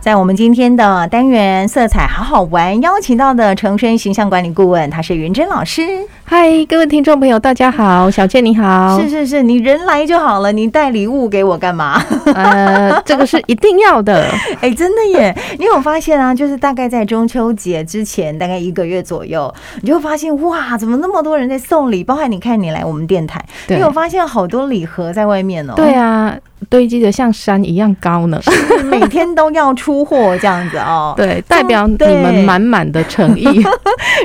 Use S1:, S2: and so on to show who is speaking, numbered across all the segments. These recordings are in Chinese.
S1: 在我们今天的单元“色彩好好玩”，邀请到的诚生形象管理顾问，他是云珍老师。
S2: 嗨，各位听众朋友，大家好，小健你好。
S1: 是是是，你人来就好了，你带礼物给我干嘛？
S2: 呃，这个是一定要 的。
S1: 哎、真的耶！你有发现啊？就是大概在中秋节之前，大概一个月左右，你就会发现哇，怎么那么多人在送礼？包含你看你来我们电台，你
S2: 对
S1: 有发现好多礼盒在外面哦。
S2: 对啊，堆积的像山一样高呢。
S1: 就是 每天都要出货这样子哦。
S2: 对，代表你们
S1: 对
S2: 满满的诚意。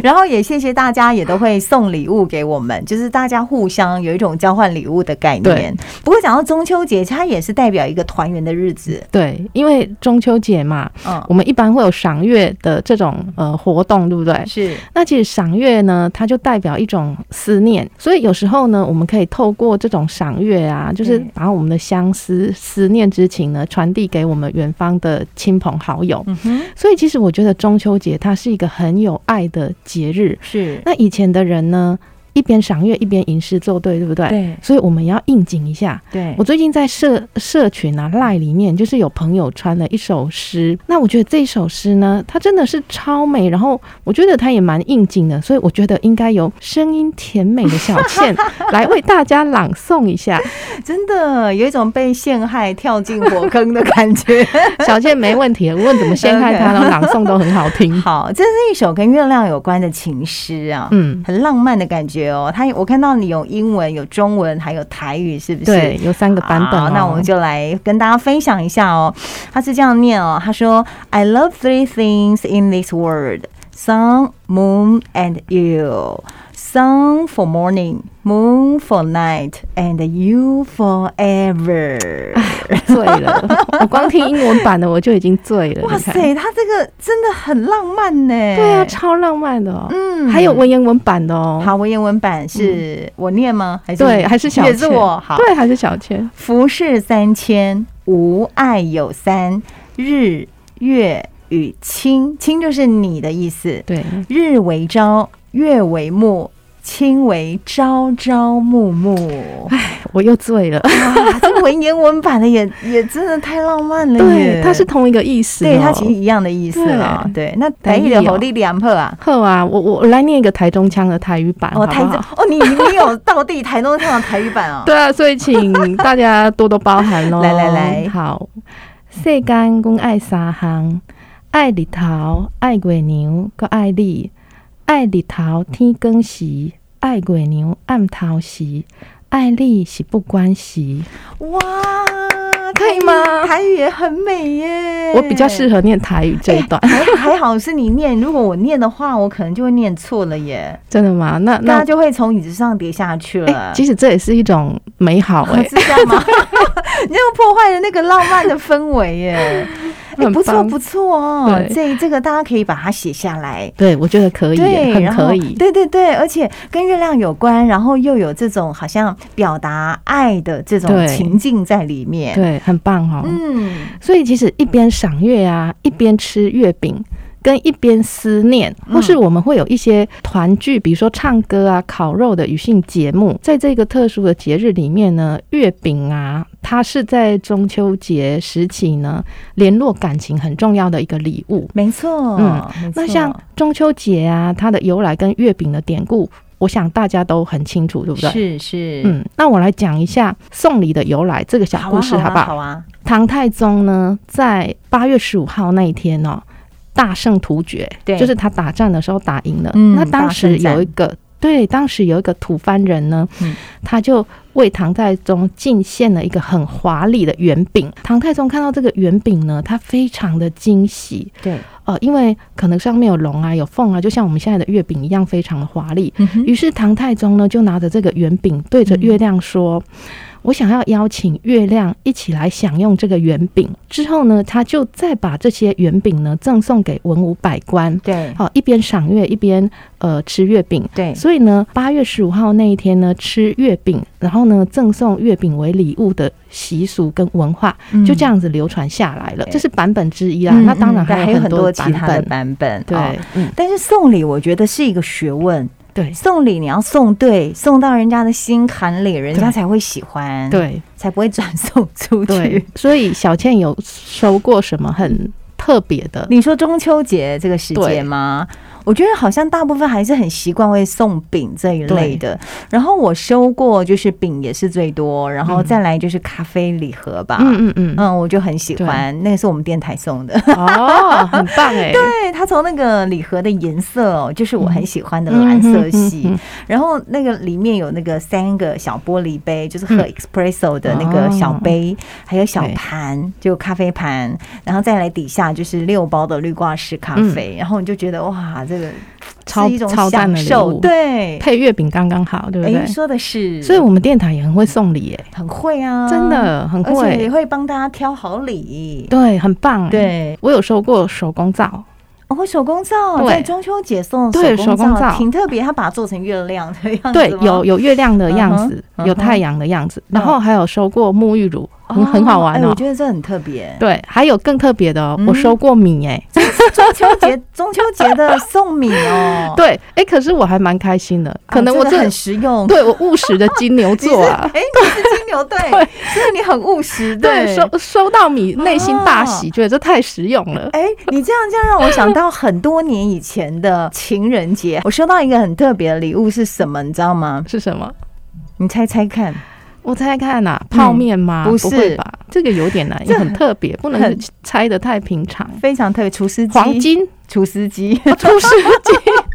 S1: 然后也谢谢大家，也都会送礼物给我们，就是大家互相有一种交换礼物的概念
S2: 对。
S1: 不过讲到中秋节，它也是代表一个团圆的日子。
S2: 对，因为中秋节嘛，
S1: 嗯，
S2: 我们一般会有赏月的这种呃活动，对不对？
S1: 是
S2: 那其实赏月呢，它就代表一种思念，所以有时候呢，我们可以透过这种赏月啊，就是
S1: 对
S2: 把我们的相思、思念之情呢，传递给我们远方的亲朋好友。
S1: 嗯哼，
S2: 所以其实我觉得中秋节它是一个很有爱的节日。
S1: 是
S2: 那以前的人呢，一边赏月一边吟诗作对，对不对？
S1: 对
S2: 所以我们要应景一下。
S1: 对
S2: 我最近在社社群啊赖里面，就是有朋友传了一首诗，那我觉得这首诗呢，它真的是超美，然后我觉得它也蛮应景的，所以我觉得应该由声音甜美的小 倩来为大家朗诵一下。
S1: 真的有一种被陷害跳进火坑的感 觉。
S2: 小倩没问题，无论怎么陷 害她，然后朗诵都很好听。
S1: 好，这是一首跟月亮有关的情诗啊。
S2: 嗯，
S1: 很浪漫的感觉哦，它我看到你有英文、有中文，还有台语，是不是？
S2: 对，有三个版本、
S1: 好
S2: 哦。
S1: 啊那我们就来跟大家分享一下哦。他是这样念哦，他说：“I love three things in this world: sun, moon, and you. Sun for morning, moon for night, and you forever。”
S2: 醉 了，我光听英文版的我就已经醉了。
S1: 哇
S2: 你看，
S1: 塞，他这个真的很浪漫呢。
S2: 对啊，超浪漫的哦。
S1: 嗯
S2: 还有文言文版的哦。，
S1: 好，文言文版是我念吗？还是
S2: 对，还是小倩，
S1: 也是我好。
S2: 对，还是小倩。
S1: 浮世三千，无爱有三，日月与清，清就是你的意思。
S2: 对，
S1: 日为朝，月为暮，清为朝朝暮 暮。
S2: 我又醉了。
S1: 哇， 这文言文版的也也真的太浪漫了耶！
S2: 对，它是同一个意思哦。
S1: 对它其实一样的意思啦。对，那台语的
S2: 台语哦
S1: 火力两破啊。
S2: 呵啊，我我我来念一个台中腔的台语版，
S1: 哦，台
S2: 好不
S1: 中
S2: 好
S1: 哦，你你有到地台中看到台语版啊？
S2: 啊 对啊，所以请大家多多包涵 喽。
S1: 来来来
S2: 好，世间讲爱三项，爱日头，爱月娘，搁爱你。爱日头天光时，爱月娘暗头时，爱你是不关时。
S1: 哇，
S2: 可以吗
S1: 台语也很美耶。
S2: 我比较适合念台语这一 段，
S1: 还还好是你念，如果我念的话，我可能就会念错了耶，
S2: 真的吗？那
S1: 大
S2: 那
S1: 家就会从椅子上跌下去
S2: 哎、
S1: 了。
S2: 其实这也是一种美好哎、
S1: 哦是这样吗？ 你又破坏了那个浪漫的氛围耶。哎，
S2: 很
S1: 不错
S2: 棒
S1: 不错哦，
S2: 对
S1: 这这个大家可以把它写下来。
S2: 对，我觉得可以
S1: 对，
S2: 欸，很
S1: 然后
S2: 可以。
S1: 对对对，而且跟月亮有关，然后又有这种好像表达爱的这种
S2: 对
S1: 情境在里面。
S2: 对，很棒哦。
S1: 嗯，
S2: 所以其实一边赏月啊，一边吃月饼，跟一边思念，
S1: 嗯
S2: 或是我们会有一些团聚，比如说唱歌啊、烤肉的语性节目，在这个特殊的节日里面呢，月饼啊，它是在中秋节时期呢联络感情很重要的一个礼物。
S1: 没错。
S2: 嗯
S1: 没错
S2: 那像中秋节啊，它的由来跟月饼的典故，我想大家都很清楚，对不对？
S1: 是是，
S2: 嗯，那我来讲一下送礼的由来这个小
S1: 好啊，
S2: 故事，好不
S1: 啊好
S2: 好？
S1: 啊，
S2: 唐太宗呢，在八月十五号那一天哦，大胜突厥，
S1: 对
S2: 就是他打仗的时候打赢了。
S1: 嗯
S2: 那当时
S1: 大胜
S2: 有一个对，当时有一个吐蕃人呢，
S1: 嗯
S2: 他就为唐太宗进献了一个很华丽的圆饼。唐太宗看到这个圆饼呢，他非常的惊喜，
S1: 对，
S2: 呃，因为可能上面有龙啊，有凤啊，就像我们现在的月饼一样，非常的华丽。
S1: 嗯哼
S2: 于是唐太宗呢，就拿着这个圆饼对
S1: 嗯
S2: 着月亮说：“我想要邀请月亮一起来享用这个圆饼。”之后呢，他就再把这些圆饼呢赠送给文武百官。
S1: 对
S2: 好，一边赏月一边呃吃月饼。
S1: 对，
S2: 所以呢，八月十五号那一天呢，吃月饼，然后呢赠送月饼为礼物的习俗跟文化，就这样子流传下来了。
S1: 对
S2: 这是版本之一
S1: 嗯。嗯
S2: 啦。那当然
S1: 嗯还
S2: 还
S1: 有
S2: 有
S1: 很
S2: 很
S1: 多
S2: 多
S1: 其
S2: 版
S1: 他的
S2: 本。
S1: 版本，
S2: 对
S1: 哦，
S2: 嗯，
S1: 但是送礼，我觉得是一个学问。
S2: 对
S1: 送礼你要送对，送到人家的心坎里，人家
S2: 对
S1: 才会喜欢，，
S2: 对。
S1: 才不会转送出
S2: 对
S1: 去。，
S2: 所以小倩有收过什么很特别的。
S1: 你说中秋节这个时节吗？我觉得好像大部分还是很习惯会送饼这一类的。然后我收过就是饼也是最多，然后再来就是咖啡礼盒吧。嗯
S2: 嗯嗯嗯，
S1: 我就很喜欢，那个是我们电台送的。
S2: 哦，很棒哎、
S1: 对，它从那个礼盒的颜色哦，就是我很喜欢的蓝色系，
S2: 嗯嗯嗯嗯
S1: 然后那个里面有那个三个小玻璃杯，就是喝
S2: 嗯
S1: espresso 的那
S2: 哦
S1: 个小杯，还有小盘，就咖啡盘，然后再来底下就是六包的绿挂式咖啡，然后你就觉得哇，这个
S2: 嗯超
S1: 是一种
S2: 超赞
S1: 享
S2: 的礼
S1: 受，
S2: 物，，
S1: 对，
S2: 配月饼刚刚好，对不
S1: 哎，
S2: 对？
S1: 说的是，
S2: 所以我们电台也很会送礼耶、
S1: 很会啊，
S2: 真，的很
S1: 而且也
S2: 会，
S1: 会帮大家挑好礼，
S2: 对，很棒、哎，
S1: 对。
S2: 我有收过手工皂，
S1: 哦，手工皂
S2: 对
S1: 在中秋节送
S2: 对
S1: 手
S2: 手工皂
S1: 挺特别，它把它做成月亮的样子吗。
S2: 对，有有月亮的样子
S1: 嗯哼
S2: 有
S1: 嗯哼
S2: 太阳的样子，
S1: 嗯
S2: 然后还有收过沐浴乳，很、
S1: 哦
S2: 很好玩
S1: 哎
S2: 哦。
S1: 我。觉得这很特别
S2: 对，还有更特别的、哦，
S1: 嗯
S2: 我收过米哎、
S1: 中秋节，中秋节的送米哦，
S2: 对，哎、可是我还蛮开心的，可能我
S1: 啊
S2: 这
S1: 真的很实用。，
S2: 对我务实的金牛座啊
S1: 哎， 你是金牛，对，
S2: 对
S1: 所以你很务实，
S2: 对，收收到米，内心大喜，觉得这太实用了。
S1: 哎，你这样这样让我想到很多年以前的情人节， 我收到一个很特别的礼物是什么，你知道吗？
S2: 是什么？
S1: 你猜猜看，
S2: 我猜猜看呐、泡面吗？
S1: 嗯不是
S2: 会吧？这个有点难，
S1: 这
S2: 也很特别，不能
S1: 很
S2: 猜的太平常。
S1: 非常特别，厨师机，
S2: 黄金哦
S1: 厨师机，
S2: 厨师机，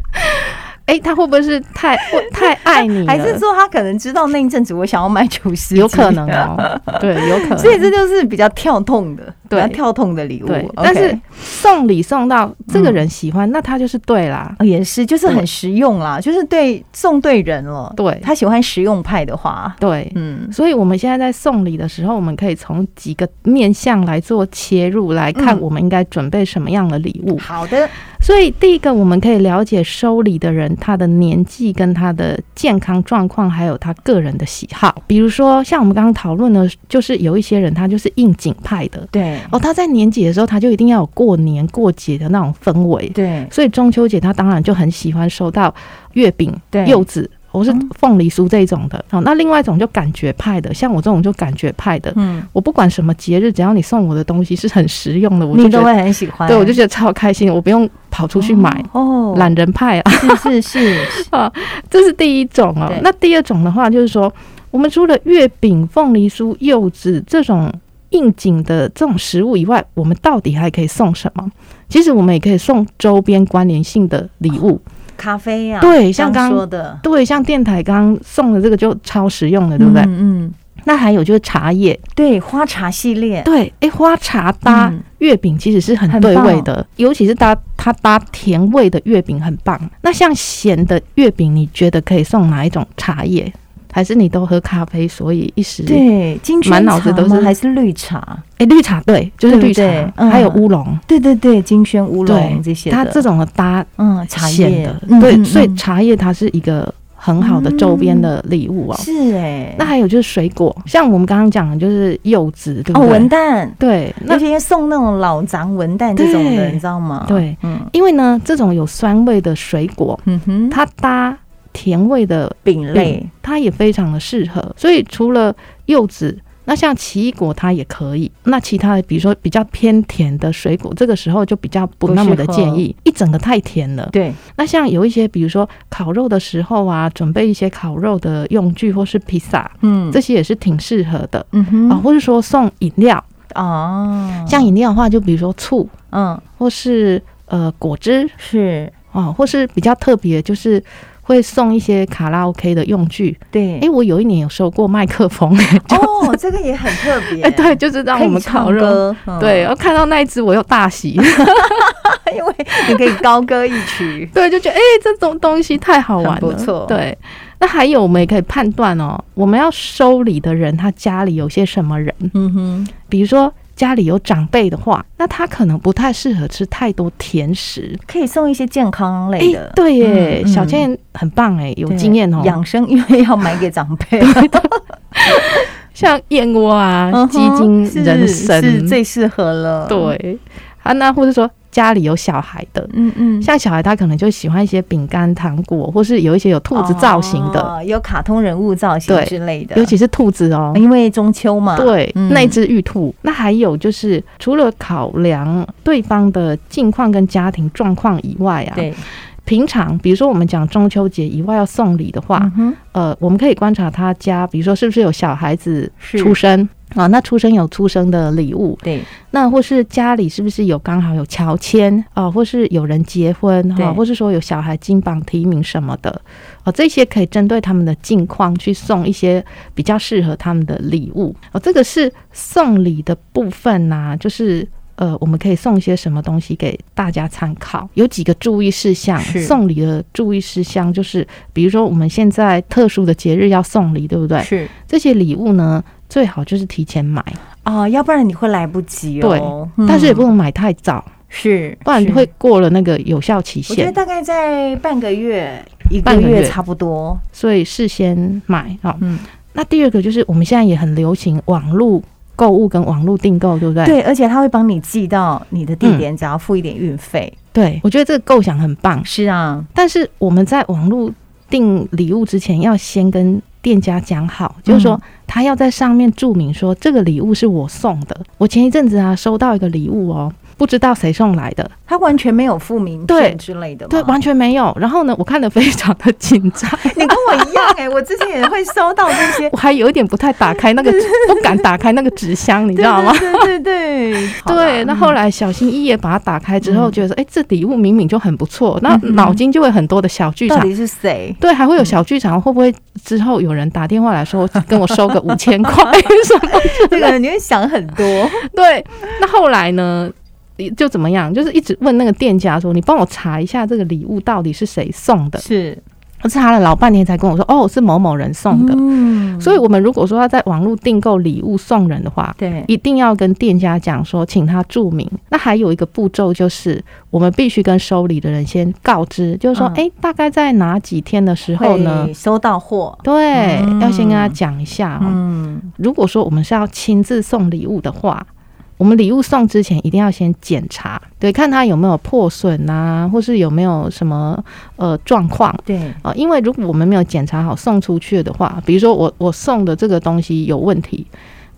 S2: 哎，他会不会是太我太爱你了？
S1: 还是说他可能知道那一阵子我想要买厨师机，
S2: 有可能哦？对，有可能。
S1: 所以这就是比较跳痛的，
S2: 对
S1: 比较跳痛的礼物。
S2: 对
S1: 哦 OK，嗯
S2: 但是送礼送到这个人喜欢，那他就是对啦。
S1: 哦也是，就是很实用啦，就是对送对人了。
S2: 对
S1: 他喜欢实用派的话，
S2: 对，
S1: 嗯，
S2: 所以我们现在在送礼的时候，我们可以从几个面向来做切入，来看
S1: 嗯
S2: 我们应该准备什么样的礼物。
S1: 好的，
S2: 所以第一个，我们可以了解收礼的人他的年纪、跟他的健康状况，还有他个人的喜好。比如说，像我们刚刚讨论的，就是有一些人他就是应景派的
S1: 对
S2: 哦，他在年节的时候，他就一定要有过年过节的那种氛围。
S1: 对
S2: 所以中秋节他当然就很喜欢收到月饼、
S1: 对嗯
S2: 柚子。我是凤梨酥这一种的，好、那另外一种就感觉派的，像我这种就感觉派的，
S1: 嗯，
S2: 我不管什么节日，只要你送我的东西是很实用的，我就
S1: 你
S2: 觉
S1: 都
S2: 得，
S1: 会很喜欢。
S2: 对我就觉得超开心，我不用跑出去买，
S1: 哦，
S2: 懒人派啊，
S1: 是是是，
S2: 这是第一种哦
S1: 对。
S2: 那第二种的话，就是说，我们除了月饼、凤梨酥、柚子这种应景的这种食物以外，我们到底还可以送什么？其实我们也可以送周边关联性的礼物，
S1: 咖啡啊，
S2: 对像刚
S1: 说的，
S2: 对，像电台刚刚送的这个就超实用的，对不对？
S1: 嗯嗯，
S2: 那还有就是茶叶，
S1: 对，花茶系列，
S2: 对，哎，花茶搭
S1: 嗯
S2: 月饼其实是很
S1: 很
S2: 对味
S1: 棒
S2: 的，尤其是搭它搭甜味的月饼很棒。那像咸的月饼，你觉得可以送哪一种茶叶？还是你都喝咖啡，所以一时
S1: 对，金萱
S2: 满脑子
S1: 茶
S2: 都
S1: 吗
S2: 是
S1: 还是绿茶？
S2: 哎绿茶对，就是
S1: 对
S2: 绿茶，
S1: 对嗯
S2: 还有乌龙，
S1: 对对对，金萱乌
S2: 对
S1: 龙这些的，
S2: 它这种的搭
S1: 嗯茶
S2: 咸
S1: 叶
S2: 的，
S1: 嗯
S2: 对，
S1: 嗯
S2: 所以
S1: 嗯
S2: 茶叶它是一个很好的周边的礼物哦。
S1: 是哎，
S2: 那还有就是水果，像我们刚刚讲的就是柚子，对不
S1: 哦
S2: 对？
S1: 文旦。
S2: 对，那
S1: 那些送那种老杂文旦这种的，
S2: 对
S1: 你知道吗？，
S2: 对，
S1: 嗯
S2: 因为呢，这种有酸味的水果，
S1: 嗯哼，
S2: 它搭甜味的
S1: 饼类
S2: 饼，它也非常的适合。所以除了柚子，那像奇异果它也可以。那其他的，比如说比较偏甜的水果，这个时候就比较不那么的
S1: 不适合
S2: 建议，一整个太甜了。
S1: 对，
S2: 那像有一些，比如说烤肉的时候啊，准备一些烤肉的用具或是披萨，
S1: 嗯，
S2: 这些也是挺适合的
S1: 嗯哼
S2: 啊、或是说送饮料，
S1: 哦，
S2: 像饮料的话，就比如说醋
S1: 嗯
S2: 或是呃果汁，
S1: 是
S2: 哦，或是比较特别，就是会送一些卡拉 OK 的用具。
S1: 对
S2: 诶，，我有一年有收过麦克风， 就
S1: 哦，这个也很特别，
S2: 哎、对，就是让
S1: 可
S2: 我
S1: 以
S2: 们
S1: 唱
S2: 烤肉。
S1: 歌，嗯
S2: 对，，然后看到那一只我又大 喜，，
S1: 因为你可以高歌一曲
S2: 对，就觉得哎、这种东西太好玩了，
S1: 很不错
S2: 对，那还有我们也可以判断哦，我们要收礼的人他家里有些什么人，
S1: 嗯哼，
S2: 比如说家里有长辈的话，那他可能不太适合吃太多甜食。
S1: 可以送一些健康
S2: 哎
S1: 类的，，
S2: 对耶，
S1: 嗯嗯
S2: 小倩很棒哎，有
S1: 对
S2: 经验哦，
S1: 养生因为要买给长辈，
S2: 像燕窝啊、
S1: 嗯
S2: 鸡
S1: 哼
S2: 精、
S1: 是
S2: 人参，
S1: 是最适合了，，
S2: 对啊，那或者说家里有小孩的，
S1: 嗯嗯，
S2: 像小孩他可能就喜欢一些饼干、糖果，或是有一些有兔子造型的，
S1: 哦有卡通人物造型
S2: 对
S1: 之类的，
S2: 尤其是兔子哦。
S1: 因为中秋嘛，
S2: 对，
S1: 嗯
S2: 那一只玉兔。那还有就是，除了考量对方的境况跟家庭状况以外啊，
S1: 对，
S2: 平常比如说我们讲中秋节以外要送礼的话，
S1: 嗯哼，
S2: 呃，我们可以观察他家，比如说是不是有小孩子
S1: 是
S2: 出生啊？那出生有出生的礼物，
S1: 对，
S2: 那或是家里是不是有刚好有乔迁啊，或是有人结婚哈、
S1: 对
S2: 啊，或是说有小孩金榜题名什么的哦、这些可以针对他们的境况去送一些比较适合他们的礼物哦、这个是送礼的部分呐、就是。呃，我们可以送一些什么东西给大家参考？有几个注意事项，
S1: 是
S2: 送礼的注意事项就是，比如说我们现在特殊的节日要送礼，对不对？
S1: 是
S2: 这些礼物呢，最好就是提前买，
S1: 哦，要不然你会来不及哦。嗯
S2: 但是也不能买太早，
S1: 是，
S2: 不然
S1: 是
S2: 会。过了那个有效期
S1: 我觉得
S2: 限，
S1: 大概在半个月、一个
S2: 半个
S1: 月
S2: 月
S1: 差不多。
S2: 所以事先买好。
S1: 嗯，
S2: 那第二个就是我们现在也很流行网络购物跟网络订购，对不对？
S1: 对，而且他会帮你寄到你的地点，只要付一点运费。
S2: 对我觉得这个构想很棒，
S1: 是啊，
S2: 但是我们在网络订礼物之前，要先跟店家讲好，就是说
S1: 嗯
S2: 他要在上面注明说这个礼物是我送的。我前一阵子啊收到一个礼物哦，不知道谁送来的，
S1: 他完全没有付名
S2: 对
S1: 片之类的吗
S2: 对，完全没有。然后呢，我看得非常的紧张，
S1: 你跟我一样哎、我之前也会收到这些，
S2: 我还有一点不太打开 那个纸，不敢打开那个纸 箱，你知道吗？
S1: 对对对对对，好啦
S2: 对，那后来小心翼翼地把它打开之后，
S1: 嗯
S2: 觉得哎、诶这礼物明明就很不错，那
S1: 嗯嗯
S2: 脑筋就会很多的小剧
S1: 到
S2: 场。
S1: 底是谁？
S2: 对，还会有小剧场，会不会之后有人打电话来说跟我收个五千块什 么？
S1: 这个你会想很 多，
S2: 对，那后来呢，就怎么样？就是一直问那个店家说，你帮我查一下这个礼物到底是谁送的。
S1: 是
S2: 我查了老半天才跟我说，哦，是某某人送的。
S1: 嗯
S2: 所以我们如果说要在网络订购礼物送人的话，
S1: 对
S2: 一定要跟店家讲说，请他注明。那还有一个步骤就是，我们必须跟收礼的人先告知，就是说，
S1: 嗯
S2: 哎、大概在哪几天的时候呢
S1: 会？收到货，
S2: 对，
S1: 嗯
S2: 要先跟他讲一下、哦。
S1: 嗯，
S2: 如果说我们是要亲自送礼物的话，我们礼物送之前一定要先检查，对，看它有没有破损啊，或是有没有什么呃状况。
S1: 对，
S2: 啊，因为如果我们没有检查好送出去的话，比如说我我送的这个东西有问题，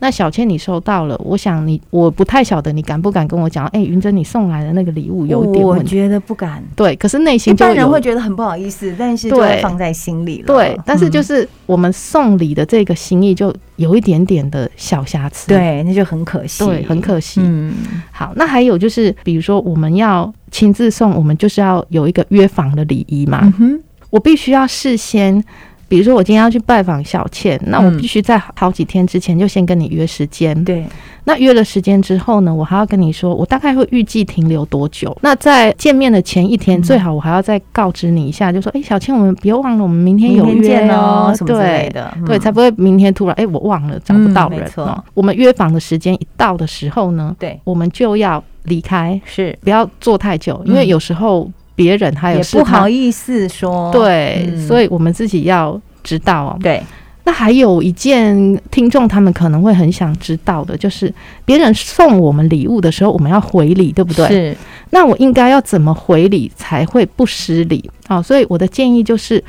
S2: 那小倩你收到了，我想你我不太晓得你敢不敢跟我讲，哎、云珍你送来的那个礼物有一点
S1: 我
S2: 问题，
S1: 觉得不敢。
S2: 对，可是内
S1: 一
S2: 心就
S1: 般人
S2: 有
S1: 会觉得很不好意思，但是就会
S2: 对
S1: 放在心里了。
S2: 对，但是就
S1: 嗯、
S2: 是我们送礼的这个心意就有一点点的小瑕疵，
S1: 对，那就很可惜，
S2: 对，很可惜。
S1: 嗯，
S2: 好，那还有就是，比如说我们要亲自送，我们就是要有一个约访的礼仪嘛，
S1: 嗯哼，
S2: 我必须要事先，比如说我今天要去拜访小倩，那我
S1: 嗯
S2: 必须在好几天之前就先跟你约时间。
S1: 对，
S2: 那约了时间之后呢，我还要跟你说，我大概会预计停留多久。那在见面的前一天，
S1: 嗯
S2: 最好我还要再告知你一下，就说，哎、小倩，我们别忘了，我们明天有
S1: 明
S2: 约
S1: 见哦，什么之类
S2: 对。
S1: 的，
S2: 对，
S1: 嗯
S2: 才不会明天突然哎、我忘了找不到
S1: 嗯
S2: 人
S1: 没、错
S2: 哦我们约访的时间一到的时候呢，
S1: 对，
S2: 我们就要离开，
S1: 是
S2: 不要坐太久，因为
S1: 嗯
S2: 有时候别人还有
S1: 也
S2: 事
S1: 不
S2: 他
S1: 好意思说，
S2: 对，
S1: 嗯
S2: 所以我们自己要知道哦。
S1: 对，
S2: 那还有一件听众他们可能会很想知道的，就是别人送我们礼物的时候，我们要回礼，对不对？。
S1: 是
S2: 那我应该要怎么回礼才会不失礼？哦，所以我的建议就是，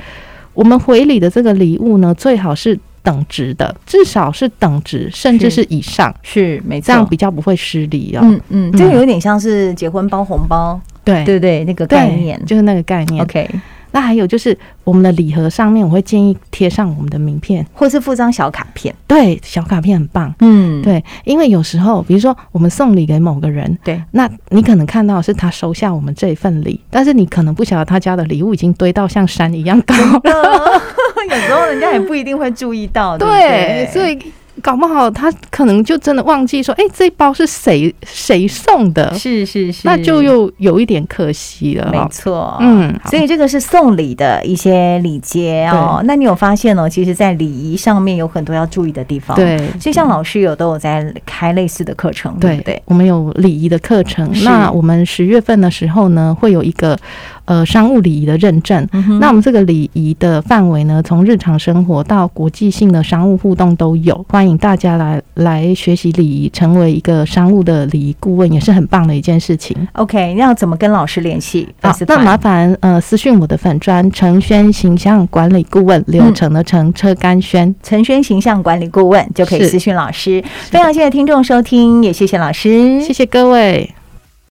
S2: 我们回礼的这个礼物呢，最好是等值的，至少是等值，甚至
S1: 是
S2: 是以上，
S1: 是没错，
S2: 这样比较不会失礼哦。
S1: 嗯嗯，这个
S2: 嗯
S1: 有点像是结婚包红包，
S2: 对
S1: 对不对？那个概念
S2: 对，就是那个概念。
S1: ，OK，
S2: 那还有就是我们的礼盒上面，我会建议贴上我们的名片。
S1: 或是附张小卡片，
S2: 对，小卡片很棒。
S1: 嗯，
S2: 对，因为有时候，比如说我们送礼给某个人，
S1: 对，
S2: 那你可能看到是他收下我们这一份礼，但是你可能不晓得他家的礼物已经堆到像山一样高了。
S1: 有时候人家也不一定会注意到，对 不对，
S2: 所以搞不好他可能就真的忘记说，哎、这一包是谁谁送的，
S1: 是是是，
S2: 那就又有一点可惜了
S1: 没
S2: 哦。
S1: 错，。
S2: 嗯，
S1: 所以这个是送礼的一些礼节哦。那你有发现哦，其实，在礼仪上面有很多要注意的地方。，
S2: 对。
S1: 所以像老师有都有在开类似的课程，嗯对
S2: 对
S1: 不对？
S2: 我们有礼仪的课程。
S1: 是
S2: 那我们十月份的时候呢，会有一个呃商务礼仪的认证。
S1: 嗯哼
S2: 那我们这个礼仪的范围呢，从日常生活到国际性的商务互动都有，欢迎大家来来学习礼仪，成为一个商务的礼仪顾问，也是很棒的一件事情。
S1: OK，那要怎么跟老师联系？
S2: 好
S1: 粉丝，
S2: 那
S1: 团
S2: 麻烦呃私讯我的粉砖陈轩形象管理顾问流程的陈车甘轩，
S1: 陈轩形象管理顾问就可以
S2: 是
S1: 私讯老师。非常谢谢听众收听，也谢谢老师，
S2: 谢谢各位。